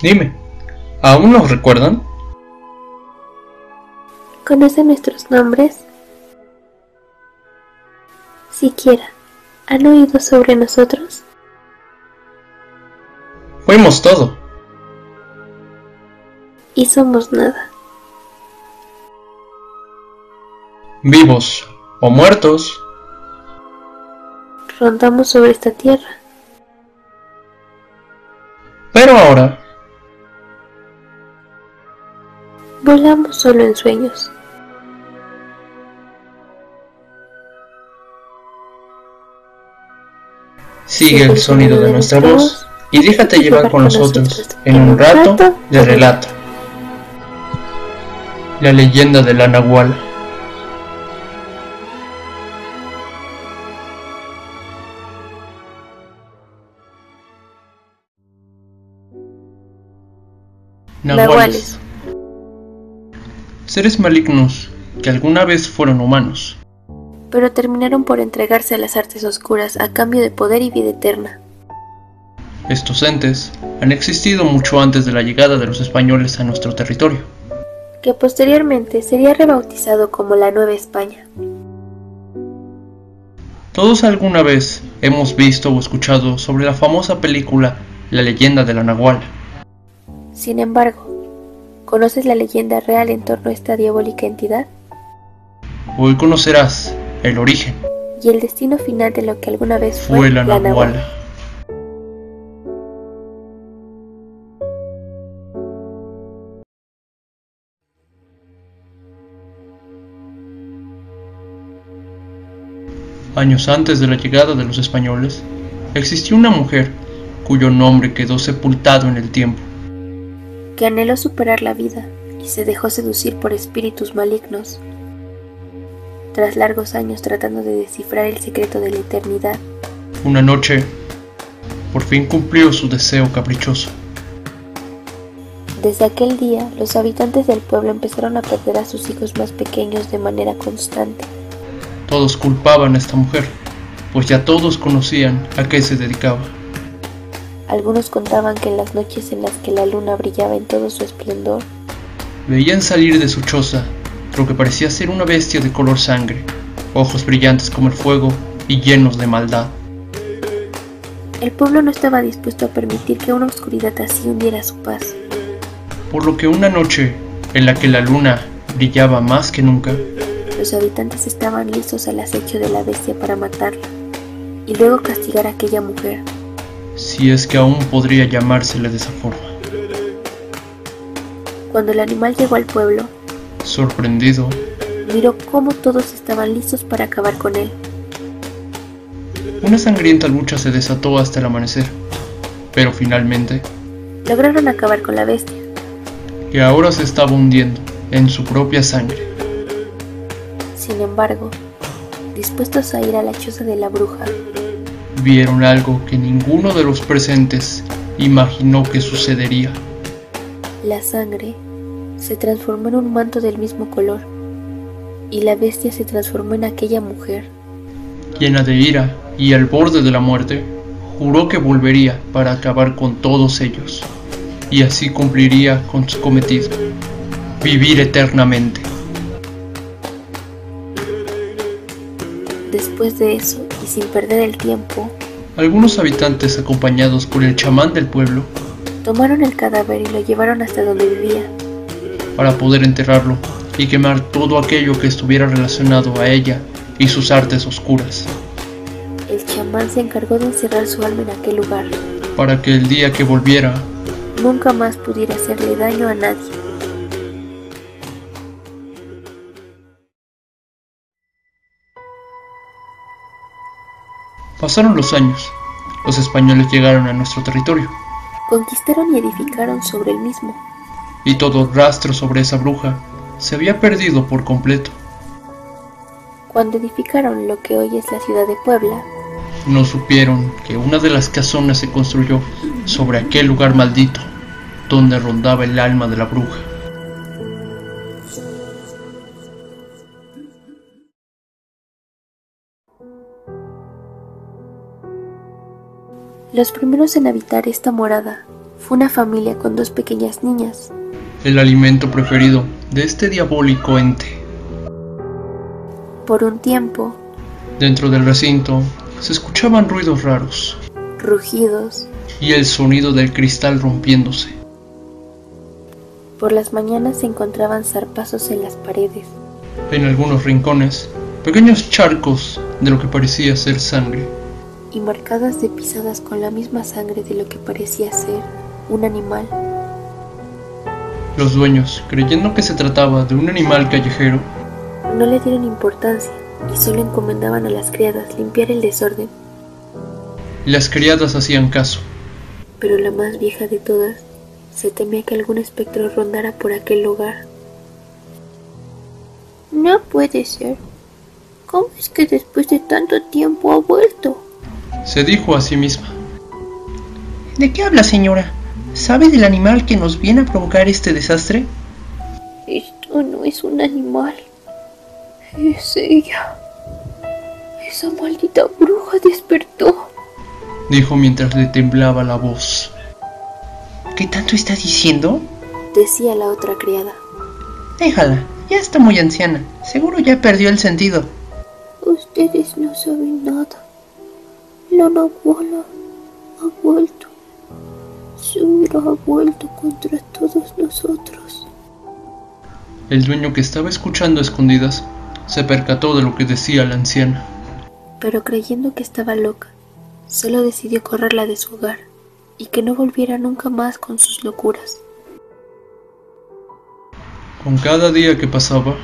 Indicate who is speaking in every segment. Speaker 1: Dime, ¿aún nos recuerdan?
Speaker 2: ¿Conocen nuestros nombres? Siquiera, ¿han oído sobre nosotros?
Speaker 1: Fuimos todo.
Speaker 2: Y somos nada.
Speaker 1: Vivos o muertos,
Speaker 2: Rondamos sobre esta tierra.
Speaker 1: pero ahora
Speaker 2: Volamos solo en sueños.
Speaker 1: sigue el sonido de nuestra voz y déjate llevar con nosotros en un rato de relato. La leyenda de la Nahuala.
Speaker 2: Nahuales.
Speaker 1: Seres malignos que alguna vez fueron humanos.
Speaker 2: Pero terminaron por entregarse a las artes oscuras a cambio de poder y vida eterna.
Speaker 1: Estos entes han existido mucho antes de la llegada de los españoles a nuestro territorio.
Speaker 2: Que posteriormente sería rebautizado como la Nueva España.
Speaker 1: Todos alguna vez hemos visto o escuchado sobre la famosa película La leyenda de la Nahuala.
Speaker 2: Sin embargo, ¿conoces la leyenda real en torno a esta diabólica entidad?
Speaker 1: Hoy conocerás el origen.
Speaker 2: y el destino final de lo que alguna vez fue,
Speaker 1: Fue la
Speaker 2: Nahual.
Speaker 1: Nahuala. Años antes de la llegada de los españoles, existió una mujer cuyo nombre quedó sepultado en el tiempo.
Speaker 2: que anheló superar la vida y se dejó seducir por espíritus malignos. Tras largos años tratando de descifrar el secreto de la eternidad,
Speaker 1: Una noche, por fin cumplió su deseo caprichoso.
Speaker 2: desde aquel día los habitantes del pueblo empezaron a perder a sus hijos más pequeños de manera constante.
Speaker 1: Todos culpaban a esta mujer, pues ya todos conocían a qué se dedicaba.
Speaker 2: Algunos contaban que en las noches en las que la luna brillaba en todo su esplendor,
Speaker 1: Veían salir de su choza lo que parecía ser una bestia de color sangre, ojos brillantes como el fuego y llenos de maldad.
Speaker 2: el pueblo no estaba dispuesto a permitir que una oscuridad así hundiera su paz.
Speaker 1: Por lo que una noche, en la que la luna brillaba más que nunca,
Speaker 2: Los habitantes estaban listos al acecho de la bestia para matarla y luego castigar a aquella mujer.
Speaker 1: si es que aún podría llamársele de esa forma.
Speaker 2: Cuando el animal llegó al pueblo,
Speaker 1: Sorprendido,
Speaker 2: miró cómo todos estaban listos para acabar con él.
Speaker 1: una sangrienta lucha se desató hasta el amanecer, pero finalmente,
Speaker 2: Lograron acabar con la bestia.
Speaker 1: que ahora se estaba hundiendo en su propia sangre.
Speaker 2: Sin embargo, dispuestos a ir a la choza de la bruja,
Speaker 1: Vieron algo que ninguno de los presentes imaginó que sucedería.
Speaker 2: la sangre se transformó en un manto del mismo color y la bestia se transformó en aquella mujer.
Speaker 1: Llena de ira y al borde de la muerte, juró que volvería para acabar con todos ellos, y así cumpliría con su cometido, vivir eternamente.
Speaker 2: Después de eso, y sin perder el tiempo,
Speaker 1: Algunos habitantes acompañados por el chamán del pueblo
Speaker 2: tomaron el cadáver y lo llevaron hasta donde vivía.
Speaker 1: para poder enterrarlo y quemar todo aquello que estuviera relacionado a ella y sus artes oscuras,
Speaker 2: El chamán se encargó de encerrar su alma en aquel lugar.
Speaker 1: para que el día que volviera
Speaker 2: Nunca más pudiera hacerle daño a nadie.
Speaker 1: pasaron los años. Los españoles llegaron a nuestro territorio
Speaker 2: Conquistaron y edificaron sobre el mismo.
Speaker 1: y todo rastro sobre esa bruja se había perdido por completo.
Speaker 2: Cuando edificaron lo que hoy es la ciudad de Puebla,
Speaker 1: No supieron que una de las casonas se construyó sobre aquel lugar maldito donde rondaba el alma de la bruja.
Speaker 2: los primeros en habitar esta morada fue una familia con dos pequeñas niñas.
Speaker 1: El alimento preferido de este diabólico ente.
Speaker 2: Por un tiempo,
Speaker 1: Dentro del recinto se escuchaban ruidos raros
Speaker 2: rugidos,
Speaker 1: y el sonido del cristal rompiéndose.
Speaker 2: por las mañanas se encontraban zarpazos en las paredes.
Speaker 1: En algunos rincones, pequeños charcos de lo que parecía ser sangre.
Speaker 2: y marcadas de pisadas con la misma sangre de lo que parecía ser un animal.
Speaker 1: Los dueños, creyendo que se trataba de un animal callejero,
Speaker 2: No le dieron importancia y solo encomendaban a las criadas limpiar el desorden,
Speaker 1: las criadas hacían caso.
Speaker 2: pero la más vieja de todas se temía que algún espectro rondara por aquel lugar. No puede ser. ¿Cómo es que después de tanto tiempo ha vuelto?
Speaker 1: Se dijo a sí misma.
Speaker 3: ¿De qué habla, señora? ¿Sabe del animal que nos viene a provocar este desastre?
Speaker 2: Esto no es un animal. Es ella. Esa maldita bruja despertó.
Speaker 1: dijo mientras le temblaba la voz.
Speaker 3: ¿Qué tanto está diciendo?
Speaker 2: Decía la otra criada.
Speaker 3: Déjala, ya está muy anciana. Seguro ya perdió el sentido.
Speaker 2: Ustedes no saben nada. La abuela ha vuelto. Su ira ha vuelto contra todos nosotros.
Speaker 1: El dueño que estaba escuchando a escondidas se percató de lo que decía la anciana.
Speaker 2: Pero creyendo que estaba loca, solo decidió correrla de su hogar y que no volviera nunca más con sus locuras.
Speaker 1: Con cada día que pasaba,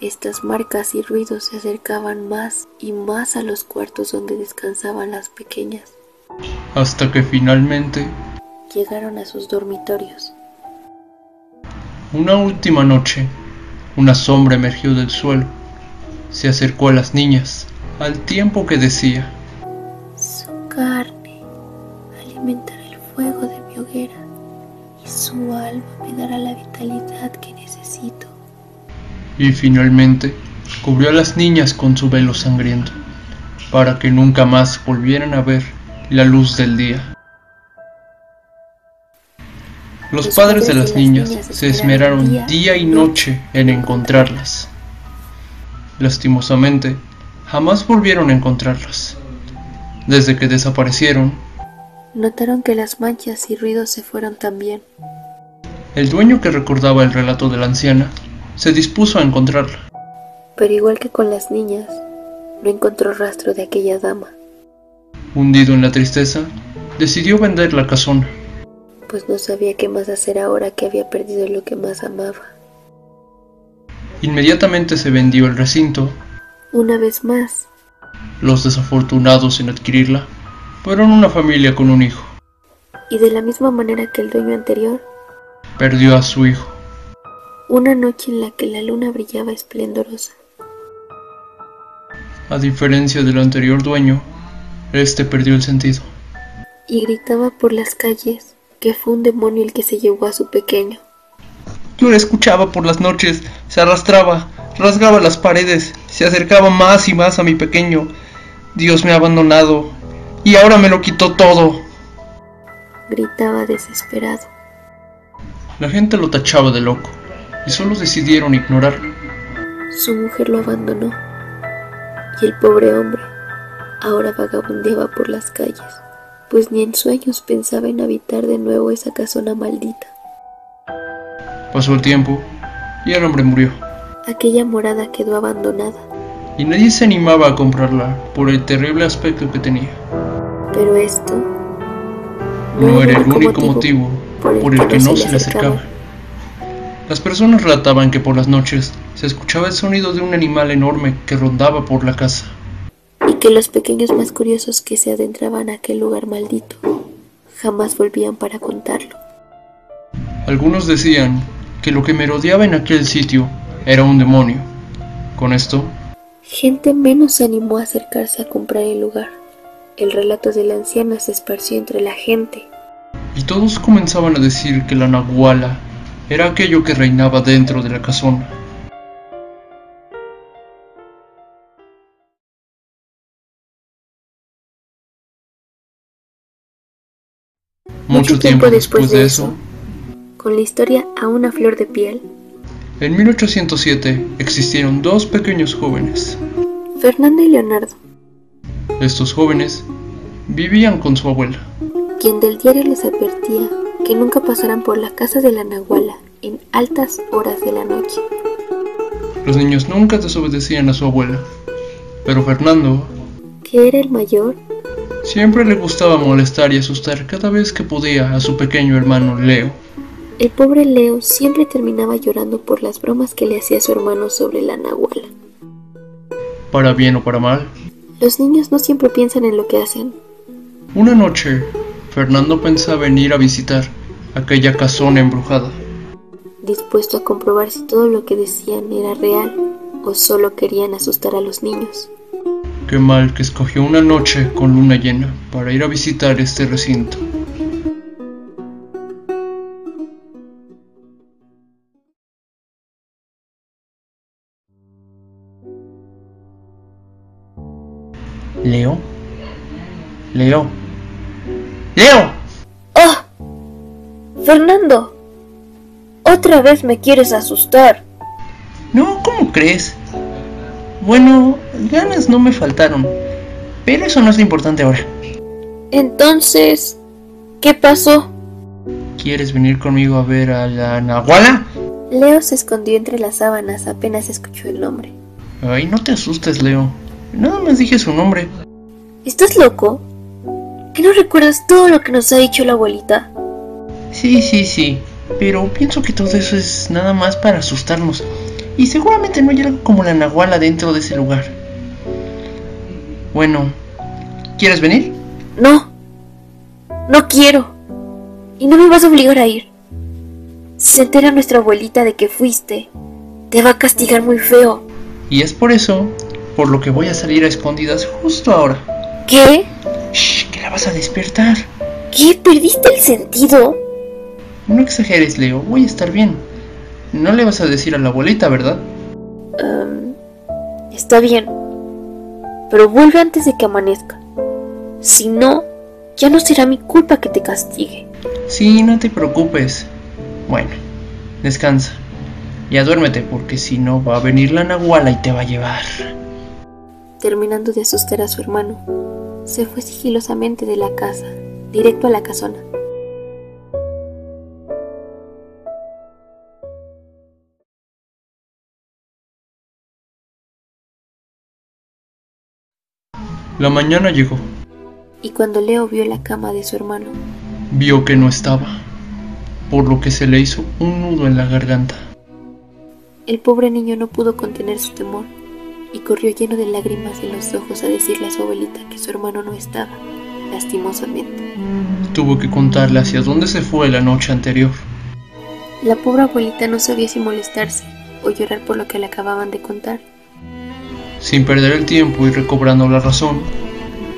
Speaker 2: Estas marcas y ruidos se acercaban más y más a los cuartos donde descansaban las pequeñas.
Speaker 1: hasta que finalmente,
Speaker 2: Llegaron a sus dormitorios.
Speaker 1: una última noche, una sombra emergió del suelo. Se acercó a las niñas, al tiempo que decía,
Speaker 2: Su carne alimentará el fuego de mi hoguera y su alma me dará la vitalidad que necesito.
Speaker 1: y finalmente cubrió a las niñas con su velo sangriento, para que nunca más volvieran a ver la luz del día. Los padres de las niñas se esmeraron día y noche en encontrarlas. Lastimosamente, jamás volvieron a encontrarlas. Desde que desaparecieron,
Speaker 2: Notaron que las manchas y ruidos se fueron también.
Speaker 1: el dueño que recordaba el relato de la anciana se dispuso a encontrarla.
Speaker 2: Pero igual que con las niñas, no encontró rastro de aquella dama,
Speaker 1: Hundido en la tristeza, decidió vender la casona.
Speaker 2: pues no sabía qué más hacer ahora que había perdido lo que más amaba.
Speaker 1: Inmediatamente se vendió el recinto.
Speaker 2: Una vez más,
Speaker 1: Los desafortunados en adquirirla fueron una familia con un hijo.
Speaker 2: y de la misma manera que el dueño anterior,
Speaker 1: Perdió a su hijo.
Speaker 2: una noche en la que la luna brillaba esplendorosa,
Speaker 1: A diferencia del anterior dueño, este perdió el sentido.
Speaker 2: y gritaba por las calles que fue un demonio el que se llevó a su pequeño.
Speaker 3: Yo la escuchaba por las noches, se arrastraba, rasgaba las paredes, se acercaba más y más a mi pequeño. Dios me ha abandonado y ahora me lo quitó todo.
Speaker 2: gritaba desesperado.
Speaker 1: La gente lo tachaba de loco y solo decidieron ignorarlo.
Speaker 2: Su mujer lo abandonó y el pobre hombre ahora vagabundeaba por las calles, pues ni en sueños pensaba en habitar de nuevo esa casona maldita,
Speaker 1: Pasó el tiempo y el hombre murió.
Speaker 2: aquella morada quedó abandonada,
Speaker 1: Y nadie se animaba a comprarla por el terrible aspecto que tenía.
Speaker 2: pero esto
Speaker 1: no era el único motivo por el que no se le acercaba. Las personas relataban que por las noches se escuchaba el sonido de un animal enorme que rondaba por la casa.
Speaker 2: y que los pequeños más curiosos que se adentraban a aquel lugar maldito jamás volvían para contarlo.
Speaker 1: Algunos decían que lo que merodeaba en aquel sitio era un demonio. Con esto,
Speaker 2: Gente menos se animó a acercarse a comprar el lugar. El relato de la anciana se esparció entre la gente
Speaker 1: y todos comenzaban a decir que la nahuala era aquello que reinaba dentro de la casona. Mucho tiempo después de eso,
Speaker 2: con la historia a una flor de piel,
Speaker 1: en 1807 existieron dos pequeños jóvenes.
Speaker 2: Fernando y Leonardo,
Speaker 1: Estos jóvenes vivían con su abuela.
Speaker 2: quien del diario les advertía que nunca pasaran por la casa de la Nahuala en altas horas de la noche.
Speaker 1: Los niños nunca desobedecían a su abuela, pero Fernando
Speaker 2: que era el mayor,
Speaker 1: siempre le gustaba molestar y asustar cada vez que podía a su pequeño hermano Leo.
Speaker 2: el pobre Leo siempre terminaba llorando por las bromas que le hacía su hermano sobre la Nahuala.
Speaker 1: Para bien o para mal,
Speaker 2: Los niños no siempre piensan en lo que hacen.
Speaker 1: una noche Fernando pensaba en ir a visitar aquella casona embrujada.
Speaker 2: dispuesto a comprobar si todo lo que decían era real o solo querían asustar a los niños.
Speaker 1: Qué mal que escogió una noche con luna llena para ir a visitar este recinto. Leo. Leo. Leo.
Speaker 2: ¡Oh! ¡Fernando! Otra vez me quieres asustar.
Speaker 1: No, ¿cómo crees? Bueno, ganas no me faltaron. Pero eso no es lo importante ahora.
Speaker 2: Entonces, ¿qué pasó?
Speaker 1: ¿Quieres venir conmigo a ver a la Nahuala?
Speaker 2: Leo se escondió entre las sábanas apenas escuchó el nombre.
Speaker 1: Ay, no te asustes, Leo. Nada más dije su nombre.
Speaker 2: ¿Estás loco? ¿Que no recuerdas todo lo que nos ha dicho la abuelita?
Speaker 1: Sí, sí, sí. Pero pienso que todo eso es nada más para asustarnos. Y seguramente no hay algo como la Nahuala dentro de ese lugar. Bueno, ¿quieres venir?
Speaker 2: No. No quiero. Y no me vas a obligar a ir. Si se entera nuestra abuelita de que fuiste, te va a castigar muy feo.
Speaker 1: Y es por eso por lo que voy a salir a escondidas justo ahora.
Speaker 2: ¿Qué?
Speaker 1: Shh, que la vas a despertar.
Speaker 2: ¿Qué? ¿Perdiste el sentido?
Speaker 1: No exageres, Leo. Voy a estar bien. No le vas a decir a la abuelita, ¿verdad?
Speaker 2: Em, está bien. Pero vuelve antes de que amanezca. Si no, ya no será mi culpa que te castigue.
Speaker 1: Sí, no te preocupes. Bueno, descansa. Ya duérmete, porque si no va a venir la Nahuala y te va a llevar.
Speaker 2: Terminando de asustar a su hermano, se fue sigilosamente de la casa, directo a la casona.
Speaker 1: La mañana llegó.
Speaker 2: Y cuando Leo vio la cama de su hermano,
Speaker 1: Vio que no estaba, por lo que se le hizo un nudo en la garganta.
Speaker 2: El pobre niño no pudo contener su temor y corrió lleno de lágrimas en los ojos a decirle a su abuelita que su hermano no estaba, lastimosamente.
Speaker 1: Tuvo que contarle hacia dónde se fue la noche anterior.
Speaker 2: La pobre abuelita no sabía si molestarse o llorar por lo que le acababan de contar.
Speaker 1: Sin perder el tiempo y recobrando la razón,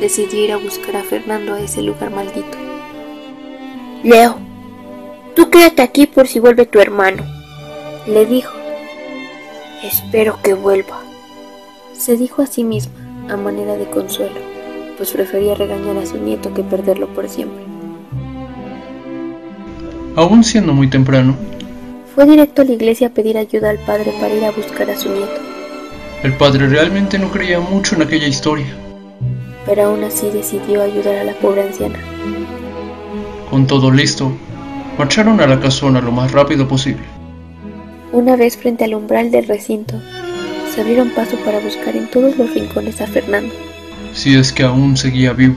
Speaker 2: Decidió ir a buscar a Fernando a ese lugar maldito. Leo, tú quédate aquí por si vuelve tu hermano, le dijo. Espero que vuelva. Se dijo a sí misma, a manera de consuelo, pues prefería regañar a su nieto que perderlo por siempre.
Speaker 1: aún siendo muy temprano,
Speaker 2: Fue directo a la iglesia a pedir ayuda al padre para ir a buscar a su nieto,
Speaker 1: el padre realmente no creía mucho en aquella historia.
Speaker 2: pero aún así decidió ayudar a la pobre anciana.
Speaker 1: Con todo listo, marcharon a la casona lo más rápido posible.
Speaker 2: Una vez frente al umbral del recinto, se abrieron paso para buscar en todos los rincones a Fernando.
Speaker 1: si es que aún seguía vivo.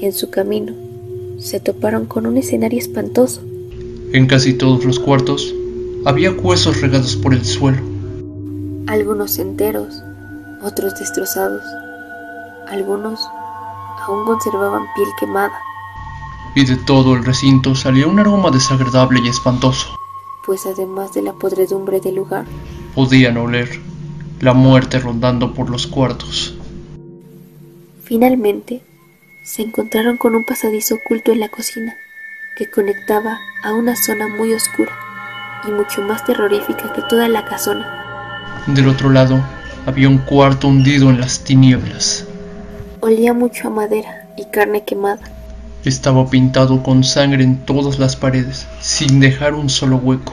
Speaker 2: En su camino, se toparon con un escenario espantoso.
Speaker 1: En casi todos los cuartos había huesos regados por el suelo.
Speaker 2: Algunos enteros, otros destrozados. Algunos aún conservaban piel quemada,
Speaker 1: y de todo el recinto salía un aroma desagradable y espantoso.
Speaker 2: pues además de la podredumbre del lugar,
Speaker 1: Podían oler la muerte rondando por los cuartos.
Speaker 2: Finalmente, se encontraron con un pasadizo oculto en la cocina que conectaba a una zona muy oscura y mucho más terrorífica que toda la casona.
Speaker 1: Del otro lado había un cuarto hundido en las tinieblas.
Speaker 2: Olía mucho a madera y carne quemada.
Speaker 1: Estaba pintado con sangre en todas las paredes, sin dejar un solo hueco.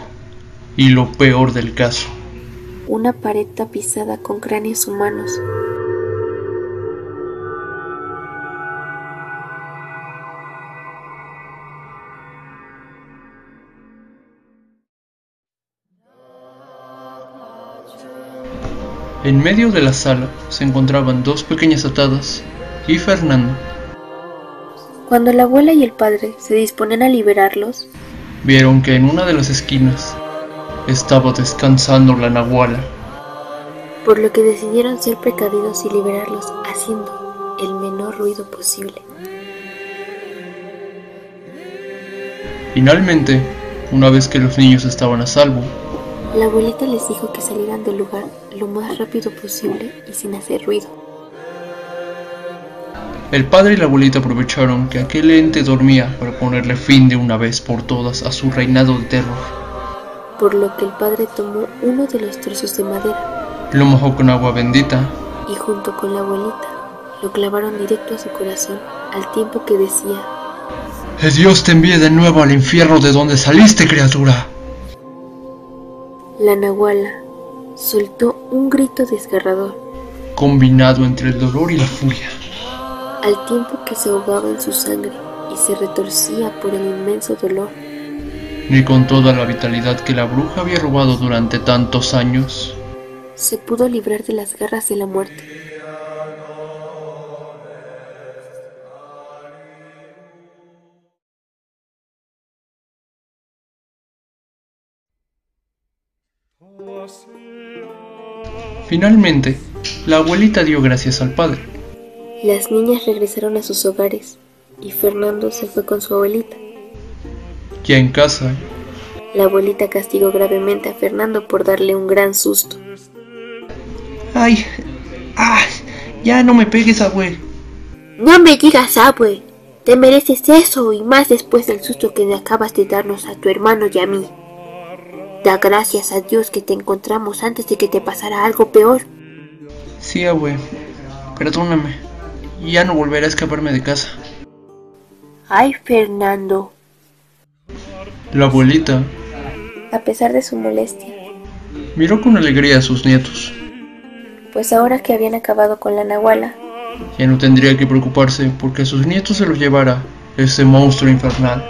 Speaker 1: Y lo peor del caso,
Speaker 2: Una pared tapizada con cráneos humanos.
Speaker 1: en medio de la sala se encontraban dos pequeñas atadas y Fernando.
Speaker 2: Cuando la abuela y el padre se disponen a liberarlos,
Speaker 1: Vieron que en una de las esquinas estaba descansando la nahuala.
Speaker 2: por lo que decidieron ser precavidos y liberarlos haciendo el menor ruido posible.
Speaker 1: Finalmente, una vez que los niños estaban a salvo,
Speaker 2: La abuelita les dijo que salieran del lugar lo más rápido posible y sin hacer ruido.
Speaker 1: el padre y la abuelita aprovecharon que aquel ente dormía para ponerle fin de una vez por todas a su reinado de terror.
Speaker 2: por lo que el padre tomó uno de los trozos de madera
Speaker 1: Lo mojó con agua bendita
Speaker 2: y junto con la abuelita lo clavaron directo a su corazón al tiempo que decía,
Speaker 1: Que Dios te envíe de nuevo al infierno de donde saliste, criatura.
Speaker 2: la nahuala soltó un grito desgarrador
Speaker 1: Combinado entre el dolor y la furia.
Speaker 2: al tiempo que se ahogaba en su sangre y se retorcía por el inmenso dolor.
Speaker 1: Ni con toda la vitalidad que la bruja había robado durante tantos años,
Speaker 2: Se pudo librar de las garras de la muerte.
Speaker 1: finalmente, la abuelita dio gracias al padre.
Speaker 2: Las niñas regresaron a sus hogares y Fernando se fue con su abuelita.
Speaker 1: Ya en casa,
Speaker 2: La abuelita castigó gravemente a Fernando por darle un gran susto.
Speaker 3: Ay, ay, ya no me pegues, abue.
Speaker 2: No me digas, abue. Te mereces eso y más después del susto que le acabas de darnos a tu hermano y a mí. Da gracias a Dios que te encontramos antes de que te pasara algo peor.
Speaker 3: Sí, abue. Perdóname. Ya no volveré a escaparme de casa.
Speaker 2: Ay, Fernando.
Speaker 1: la abuelita
Speaker 2: A pesar de su molestia,
Speaker 1: miró con alegría a sus nietos.
Speaker 2: pues ahora que habían acabado con la nahuala,
Speaker 1: Ya no tendría que preocuparse porque a sus nietos se los llevara ese monstruo infernal.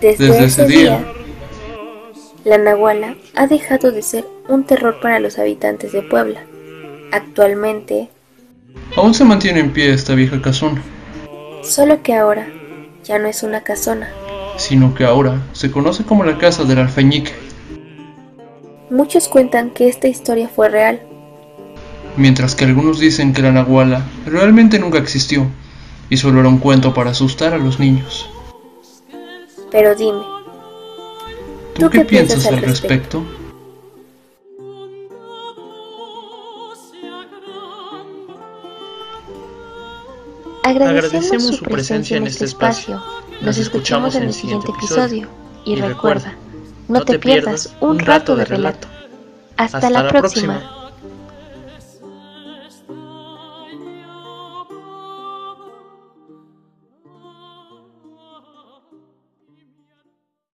Speaker 2: desde,
Speaker 1: Desde
Speaker 2: ese
Speaker 1: ese día,
Speaker 2: día, la nahuala ha dejado de ser un terror para los habitantes de Puebla. Actualmente,
Speaker 1: Aún se mantiene en pie esta vieja casona,
Speaker 2: solo que ahora ya no es una casona,
Speaker 1: sino que ahora se conoce como la casa del alfeñique.
Speaker 2: Muchos cuentan que esta historia fue real,
Speaker 1: Mientras que algunos dicen que la Nahuala realmente nunca existió y solo era un cuento para asustar a los niños.
Speaker 2: pero dime,
Speaker 1: ¿Tú, qué, piensas al respecto?
Speaker 2: agradecemos,
Speaker 4: Agradecemos
Speaker 2: su presencia en este espacio. Nos escuchamos en el siguiente episodio. Y
Speaker 4: Y
Speaker 2: recuerda,
Speaker 4: recuerda,
Speaker 2: no te pierdas un rato de relato. Hasta la próxima.